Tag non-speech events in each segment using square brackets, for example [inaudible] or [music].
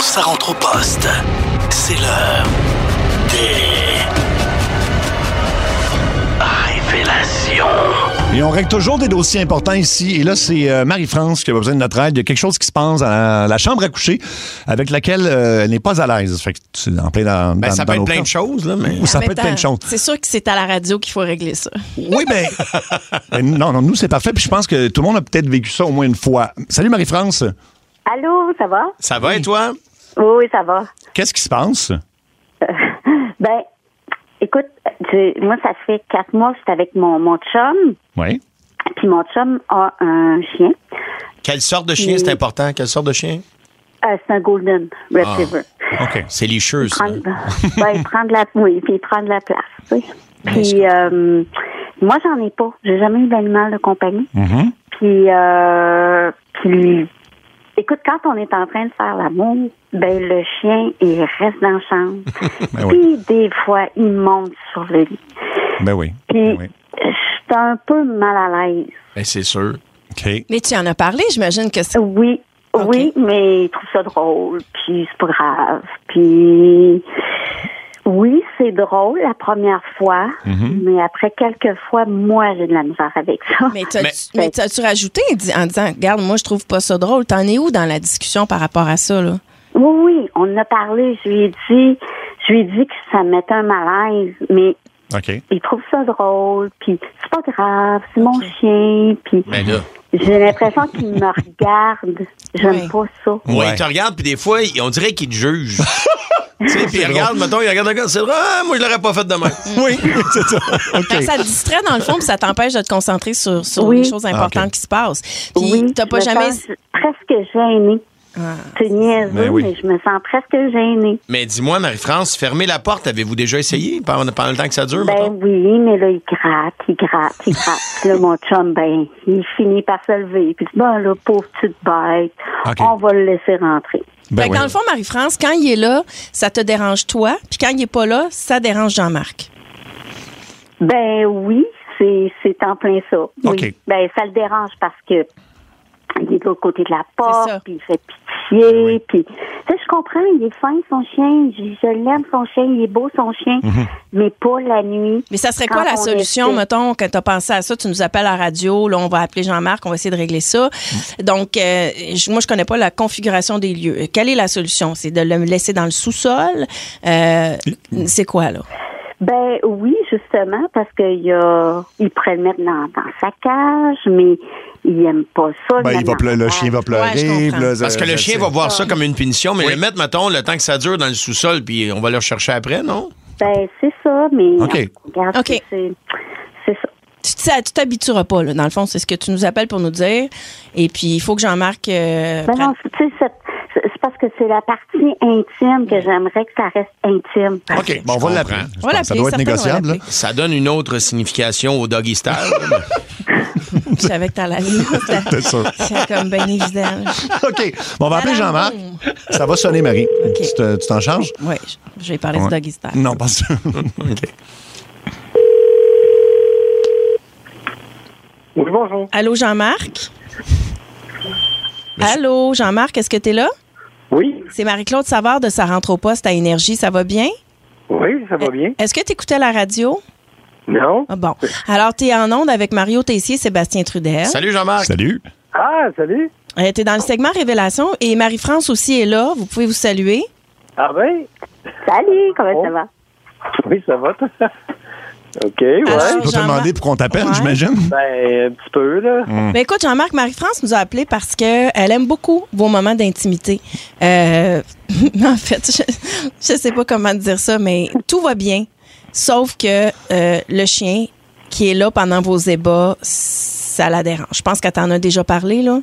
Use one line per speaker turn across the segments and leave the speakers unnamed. ça rentre au poste. C'est l'heure des révélations.
Et on règle toujours des dossiers importants ici. Et là, c'est euh, Marie-France qui a besoin de notre aide. Il y a quelque chose qui se passe à la chambre à coucher avec laquelle euh, elle n'est pas à l'aise. Fait que c'est en plein dans,
Ben,
dans-
ça
dans
peut être
nos
plein
plans.
de choses, là, mais.
Ou ça
En
peut
même
être plein de
[laughs] temps,
choses.
C'est sûr que c'est à la radio qu'il faut régler ça.
Oui, ben. [laughs] ben, non, non, nous, c'est parfait. Puis je pense que tout le monde a peut-être vécu ça au moins une fois. Salut Marie-France.
Allô, ça va?
Ça va, et toi?
Oui, oui, ça va.
Qu'est-ce qui se passe?
Ben, écoute, tu- moi, ça fait quatre mois que j'étais avec mon, mon chum,
Oui.
puis mon chum a un chien.
Quelle sorte de chien, c'est important? Quelle sorte de chien?
Euh, c'est un Golden Retriever.
Ah, OK.
C'est licheux, ça.
Prendre- ben, il prend de la, oui, puis il prend de la place, tu sais. Puis, euh, moi, j'en ai pas. J'ai jamais eu d'animal de compagnie.
Mhm.
Puis, euh, puis, écoute, quand on est en train de faire l'amour, ben le chien, il reste dans la chambre.
[laughs] Ben oui.
puis, des fois, il monte sur le lit.
Ben oui.
Puis,
Oui.
j'étais un peu mal à l'aise.
Ben, c'est sûr.
OK.
Mais tu en as parlé, j'imagine que c'est.
Oui,
Ok.
oui, mais il trouve ça drôle, puis c'est pas grave. Puis, oui, c'est drôle la première fois, mais après quelques fois, moi, j'ai de la misère avec ça.
Mais t'as-
Mais-
mais t'as-tu rajouté en dis- en disant, regarde, moi, je trouve pas ça drôle. T'en es où dans la discussion par rapport à ça, là?
Oui, oui, on en a parlé, je lui ai dit, je lui ai dit que ça me mettait un malaise, mais
OK.
il trouve ça drôle, puis c'est pas grave, c'est mon chien, puis
Ben là.
j'ai l'impression qu'il me regarde. J'aime
Ouais.
pas ça.
Oui,
Ouais.
il te regarde, puis des fois, il- on dirait qu'il te [laughs] juge. tu sais, puis il regarde, mettons, il regarde un gars, c'est vrai, ah, moi, je l'aurais pas fait demain.
Oui, [laughs] c'est ça.
Fait
[laughs]
que
OK.
Ça te distrait dans le fond, puis ça t'empêche de te concentrer sur, sur
Oui.
les choses importantes
Ah, ok.
qui se passent. Puis
oui,
t'as pas
je me
jamais.
sens presque gênée. C'est niaiseux,
Ah, Ben oui.
mais je me sens presque gênée.
mais dis-moi, Marie-France, fermer la porte, avez-vous déjà essayé pendant, pendant le temps que ça dure, mettons?
Ben oui, mais là, il gratte, il gratte, il gratte.
[laughs]
Puis là, mon chum, ben, il finit par se lever. Puis ben là, pauvre petite bête,
Ok.
on va le laisser rentrer.
Ben
Fait que
oui.
dans le fond, Marie-France, quand il est là, ça te dérange toi, puis quand il est pas là, ça dérange Jean-Marc.
Ben oui, c'est c'est en plein ça. Oui.
Ok.
Ben, ça le dérange parce que il est de l'autre côté de la
ça.
porte, puis il fait
Ben
pitié, puis... Tu sais, je comprends, il est fin, son chien, je, je l'aime, son chien, il est beau, son chien,
Mhm.
mais pas la nuit.
Mais ça serait quoi
Quand
la
on
solution,
essaie-
mettons, quand t'as pensé à ça, tu nous appelles à la radio, là, on va appeler Jean-Marc, on va essayer de régler ça.
Mm.
Donc, euh, je- moi, je connais pas la configuration des lieux. Euh, Quelle est la solution? C'est de le laisser dans le sous-sol? Euh,
Mm.
c'est quoi, là?
Ben oui, justement, parce qu'il y a, il pourrait le mettre dans, dans sa cage, mais il aime pas ça. le
Ben, il
mettre
va
dans
pleu-
sa
le
cage.
chien va
Ouais, je
pleurer.
comprends.
puis là, ça-
Parce que le
ça-
chien
ça-
va voir ça comme une punition, mais le mettre, mettons, le temps que ça dure dans le sous-sol, puis on va le rechercher après, non?
Ben c'est ça, mais
Ok.
regarde,
Ok.
c'est, c'est ça.
tu t- tu t'habitueras pas, là. Dans le fond, c'est ce que tu nous appelles pour nous dire. Et puis, il faut que Jean-Marc euh,
Ben
prenne-
non, tu sais, c'est, c'est- c'est parce que c'est la partie intime que j'aimerais que ça reste intime.
Ah. OK. Bon, on va l'appeler. Je
Je comprends.
On
pense
va
que Ça
l'appeler,
doit être
certain, on va
négociable. là.
l'appeler.
Ça donne une autre signification au doggy style. là, mais-
Je
[laughs]
savais que t'allais aller là.
Peut-être ça.
C'est comme bien évident.
[laughs] OK. Bon, on va appeler Jean-Marc. Ça va sonner,
[laughs]
Marie. Tu te- tu t'en charges?
Oui, je vais parler
Ouais.
du doggy style.
Non, pas [laughs] ça.
Oui, bonjour.
Allô, Jean-Marc? Allô, Jean-Marc, est-ce que t'es là?
Oui,
C'est Marie-Claude Savard de Sa rentre au poste à Énergie. Ça va bien?
oui,
Eh.
ça va bien.
Est-ce que t'écoutais la radio?
Non?
Ah, bon. Alors, t'es en onde avec Mario Tessier et Sébastien Trudel.
Salut, Jean-Marc.
Salut.
Ah, salut.
Euh, t'es dans le segment Révélation et Marie-France aussi est là. Vous pouvez vous saluer.
Ah ben? [laughs]
Salut, comment
Oh.
ça va?
Oui, ça va. [laughs] toi? OK, ouais.
Alors,
Tu peux te
Jean-Marc-
demander pourquoi on t'appelle,
Ouais.
j'imagine.
Ben, un petit peu, là.
Ben écoute, Jean-Marc, Marie-France nous a appelé parce que euh, elle aime beaucoup vos moments d'intimité. Euh, [laughs] en fait, je ne sais pas comment dire ça, mais tout va bien, sauf que euh, le chien qui est là pendant vos ébats, ça la dérange. Je pense que t'en as déjà parlé, là.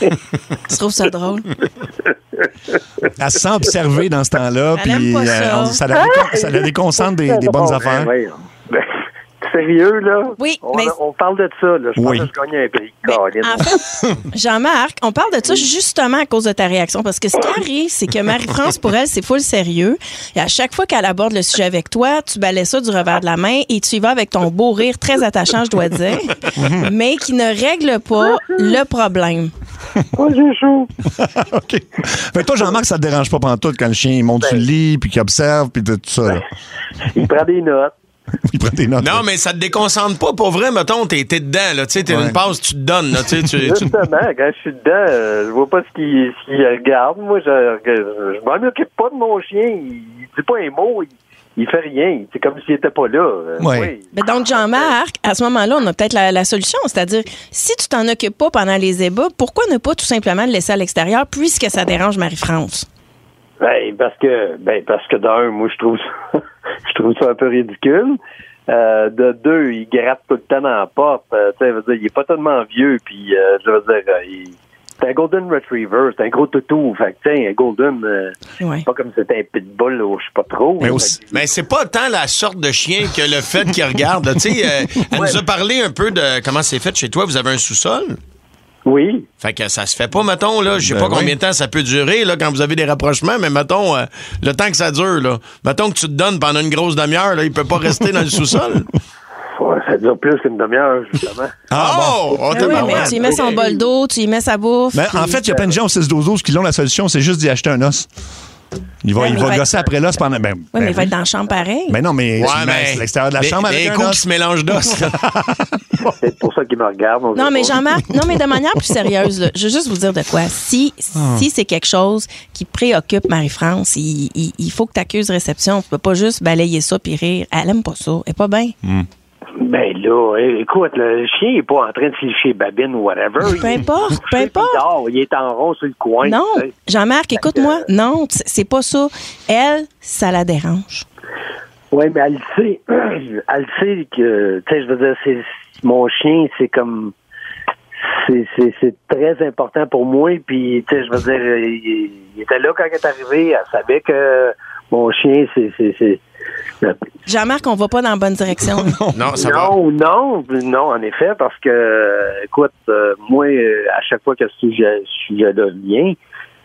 tu trouves ça drôle?
Elle se sent observée dans ce temps-là,
Elle
puis
aime pas
euh,
ça.
on- ça la décon- ça la déconcentre des, des bonnes
Bon,
affaires.
ben, voyons. Ben, [laughs] sérieux, là?
Oui,
on,
mais-
on parle de ça, là. Je
Oui.
pense que je gagnais un prix.
Ben,
Caroline.
en fait, Jean-Marc, on parle de ça justement à cause de ta réaction. Parce que ce qui arrive, c'est que Marie-France, pour elle, c'est full sérieux. Et à chaque fois qu'elle aborde le sujet avec toi, tu balais ça du revers de la main et tu y vas avec ton beau rire très attachant, je dois dire, mais qui ne règle pas le problème.
Oh, j'ai chaud.
[laughs] OK. Fait que toi, Jean-Marc, ça te dérange pas pantoute quand le chien il monte sur le lit, puis qu'il observe, puis de- tout ça. là.
Il prend des notes.
[laughs] Il prend des notes.
Non, mais ça te déconcentre pas. Pour vrai, mettons, t'es t'es dedans. Là, tu sais, t'es
Ouais.
une passe, tu te donnes. Là, tu
[laughs]
sais, tu, tu-
Justement, [laughs] quand je suis dedans, euh, je vois pas ce qu'il ce qu'il regarde. Moi, je, je, je m'en occupe pas de mon chien. Il, il dit pas un mot. Il, il fait rien. C'est comme s'il était pas là. Euh,
Ouais.
oui.
Ben donc, Jean-Marc, à ce moment-là, on a peut-être la, la solution. C'est-à-dire, si tu t'en occupes pas pendant les ébats, pourquoi ne pas tout simplement le laisser à l'extérieur puisque ça dérange Marie-France?
Ben, parce que, ben, parce que d'un, moi, je trouve ça, [laughs] je trouve ça un peu ridicule. Euh, de deux, il gratte tout le temps dans la porte. Euh, tu sais, je veux dire, il est pas tellement vieux, puis, euh, je veux dire, euh, il- c'est un golden retriever, c'est un gros toutou. Fait que, tu sais, un golden, euh,
Ouais.
c'est
Ah,
pas comme si c'était un pitbull, ou je sais pas trop.
Mais
Fait
aussi-
que-
Mais c'est pas tant la sorte de chien que le fait qu'il regarde. là. Tu sais, euh, elle nous a parlé un peu de comment c'est fait chez toi. Vous avez un sous-sol.
oui.
Fait que ça se fait pas, mettons, là. Je sais
Ben
pas
oui.
combien de temps ça peut durer, là, quand vous avez des rapprochements, mais mettons, euh, le temps que ça dure, là. Mettons que tu te donnes pendant une grosse demi-heure, là, il peut pas rester dans
[laughs]
le sous-sol.
Ouais, ça dure plus qu'une demi-heure, justement.
Ah,
oh! oh,
Ben oui,
tabarouette.
mais tu y mets son bol d'eau, tu y mets sa bouffe.
Mais Ben, en fait, il y a plein de gens au 6-12-12 qui l'ont la solution, c'est juste d'y acheter un os. Il va,
Ouais,
il
mais
va
il va
gosser après l'os pendant. Ben,
Oui, mais
ben
il va
oui.
être dans la chambre pareil.
Ben non, mais,
Ouais, mais
c'est l'extérieur de la
des-
chambre
des
avec un
coups
os.
qui se mélangent
[laughs]
d'os. là.
C'est pour ça qu'il me regarde. on
Non,
sait
mais
pas.
Jean-Marc, non, mais de manière plus sérieuse, là, je veux juste vous dire de quoi. Si,
Ah.
si c'est quelque chose qui préoccupe Marie-France, il, il- il faut que tu accuses réception. Tu peux pas juste balayer ça puis rire. Elle aime pas ça. Elle est pas bien.
Ben là, é- écoute, le chien il est pas en train de se licher babine ou whatever.
Peu importe, peu
Il
importe.
dort, il est en rond sur le coin.
Non,
tu sais.
Jean-Marc,
euh,
écoute-moi. Non, c'est- c'est pas ça. Elle, ça la dérange.
Oui, mais elle sait. [clears throat] Elle sait que, tu sais, je veux dire, c'est, mon chien, c'est comme. C'est, c'est, c'est très important pour moi. Puis, tu sais, je veux dire, il, il était là quand il est arrivé. Elle savait que mon chien, c'est. c'est, c'est
Jean-Marc, on va pas dans la
[laughs]
bonne direction. là.
Non, ça va.
non, non, non, en effet, parce que, écoute, euh, moi, euh, à chaque fois que ce sujet, sujet-là vient,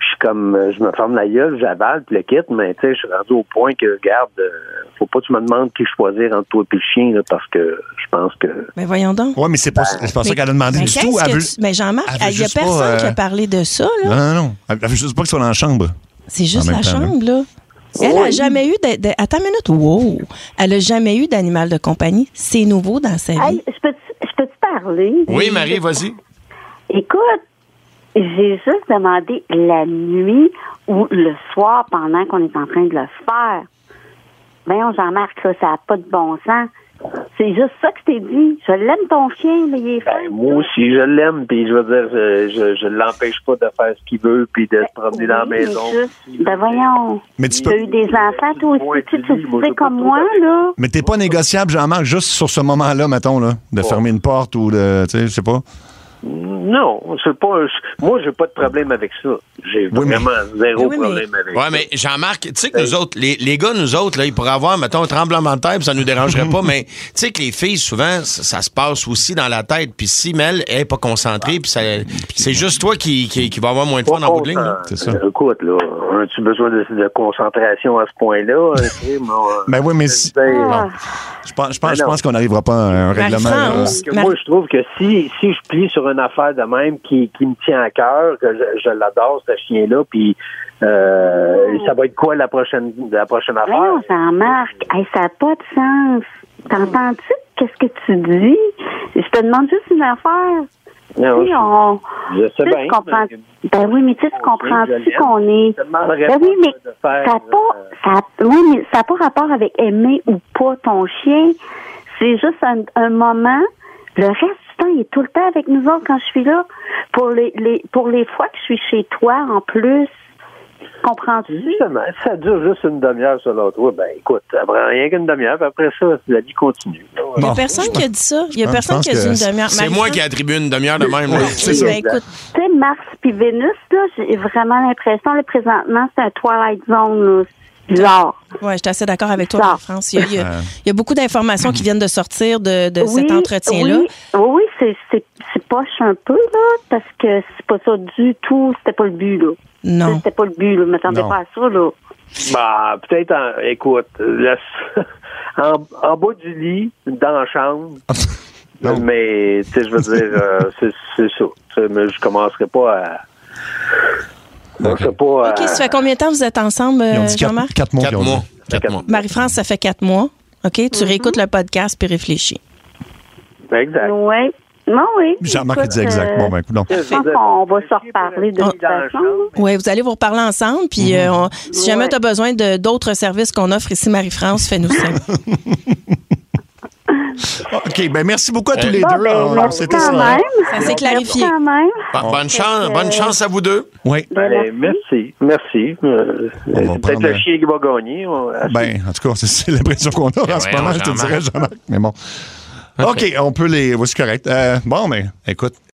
je suis comme, euh, je me ferme la gueule, j'avale, puis le quitte, mais tu sais, je suis rendu au point que, regarde, euh, faut pas que tu me demandes qui choisir entre toi et le chien, là, parce que je pense que
Mais voyons donc.
Ouais, mais c'est pas, c'est pas ça qu'elle a demandé
Ben, mais
du
qu'est-ce
tout. Elle
que
veut-
tu- Mais Jean-Marc,
elle veut
il y a
juste pas,
personne qui
euh,
a parlé de ça. Là.
Non, non, non. Elle elle veut juste pas que ce soit dans la chambre.
C'est juste
En même
la
temps,
chambre, là. Elle a jamais eu. De, de- attends une minute. Wow! Elle a jamais eu d'animal de compagnie. C'est nouveau dans sa vie.
Hey, je peux je peux te parler?
Oui, Marie, vas-y.
Écoute, j'ai juste demandé la nuit ou le soir pendant qu'on est en train de le faire. Ben, Voyons, Jean-Marc, ça, ça n'a pas de bon sens. C'est juste ça que je t'ai dit. Je l'aime ton chien, mais il est fin.
Ben, moi aussi, je l'aime, puis je veux dire, je, je, je l'empêche pas de faire ce qu'il veut, puis de se promener dans la
Ben, Oui, mais
maison.
juste- ben voyons.
Mais tu
T'as
peux.
eu des enfants, toi
Moi,
aussi. Tu, tu,
Julie, moi, je
sais
veux pas
comme
trop
moi,
d'amis.
là.
Mais t'es pas négociable, Jean-Marc, juste sur ce moment-là, mettons, là, de fermer une porte ou de. Tu sais, je sais pas.
Non, c'est pas, je- moi, j'ai pas de problème avec ça. J'ai
Oui, mais-
vraiment zéro
Oui, mais-
problème avec ça.
Ouais, mais Jean-Marc, tu sais que nous autres, les, les gars, nous autres, là, ils pourraient avoir, mettons, un tremblement de terre, puis ça nous dérangerait [laughs] pas, mais tu sais que les filles, souvent, ça, ça se passe aussi dans la tête, puis si Mel est pas concentrée, puis ça- c'est juste toi qui, qui, qui va avoir moins de fun en bout de ligne. là.
C'est ça.
Euh, Écoute, là, as-tu besoin de, de concentration à ce point-là?
[laughs]
hein, tu sais, moi, euh,
Ben oui, mais si-
je veux dire,
Ah.
je pense, je pense,
Mais
je
non.
pense qu'on n'arrivera pas à un règlement. là.
Ben Marie-France.
que moi, je trouve que si, si je plie sur une affaire de même qui, qui me tient à cœur, que je, je l'adore, ce chien-là, puis euh, ça va être quoi la prochaine, la prochaine affaire?
Voyons, Jean-Marc, hey, ça n'a pas de sens. T'entends-tu qu'est-ce que tu dis? Je te demande juste une affaire.
Non,
Oui, on...
je sais
tu sais,
bien,
tu comprends-
mais-
Ben oui, mais tu sais, tu
Mon chien, je
comprends-tu
l'aime.
qu'on est...
Je te demanderais
Ben oui,
pas
mais
de
ça
faire,
n'a pas...
euh,
Ça a- Oui, mais ça n'a pas rapport avec aimer ou pas ton chien. C'est juste un, un moment... Le reste du temps, il est tout le temps avec nous autres quand je suis là. Pour les, les, pour les fois que je suis chez toi, en plus, comprends-tu?
Justement, si ça dure juste une demi-heure selon toi, ben écoute, ça prend rien qu'une demi-heure, puis après ça, la vie continue.
Il n'y
Bon,
a personne qui a dit ça. Il n'y a
je
personne
pense
qui a dit
que
une
c'est-
demi-heure.
C'est moi qui attribue une demi-heure de même. là.
c'est ça.
Ben, écoute,
Tu sais, Mars puis Vénus, là, j'ai vraiment l'impression, là, présentement, c'est un Twilight Zone, là. C'est Bizarre.
ouais, je suis assez d'accord avec toi,
Ça.
Marie-France. Il y a, il y a-
Euh.
il y a beaucoup d'informations qui viennent de sortir de, de cet entretien-là.
Oui, oui, oui, c'est, c'est, c'est poche un peu, là, parce que c'est pas ça du tout, c'était pas le but, là.
Non.
C'était pas le but, là. Je m'attendais
Non.
pas à ça, là.
Bah, peut-être, en- [laughs]
Ah,
[laughs] écoute, le- en, en bas du lit, dans la chambre,
Non.
Mais, tu sais, je veux dire,
[laughs]
euh, c'est- c'est ça. Tu sais, Mais je commencerai pas à. Moi, je sais pas.
OK,
à-
ça fait combien de temps vous êtes ensemble,
Ils ont
euh,
dit quatre,
Jean-Marc?
quatre mois.
Quatre
puis on dit-
mois. Quatre
Quatre
mois.
Marie-France, ça fait quatre mois. OK, tu
Mhm.
réécoutes le podcast puis réfléchis.
Exact.
Oui. Non, oui.
Jean-Marc, il dit
Écoute,
exact.
euh,
Bon, ben, coudonc.
Je pense qu'on va se reparler
Ah.
de toute façon.
Oui, vous allez vous reparler ensemble. Puis euh, on- si jamais
Ouais.
tu as besoin de- d'autres services qu'on offre ici, Marie-France, fais-nous ça.
OK, ben merci beaucoup à tous
Euh,
les
Bon,
deux.
ben,
On-
merci
c'était
quand
ça.
même.
Ça s'est
Merci
clarifié.
quand même.
Bon, Bonne chance,
que-
bonne chance à vous deux.
Oui.
Ben,
Allez, merci. Merci. Euh,
va
c'est peut-être
prendre
le
un-
chien qui va gagner. on-
Ben, en tout cas, [laughs] c'est- c'est l'impression qu'on a en ce
voyons,
moment, je te
Ben Jean-Marc.
dirais, Jean-Marc. Mais bon. OK, on peut les. Oui, c'est correct. Euh, bon, mais écoute,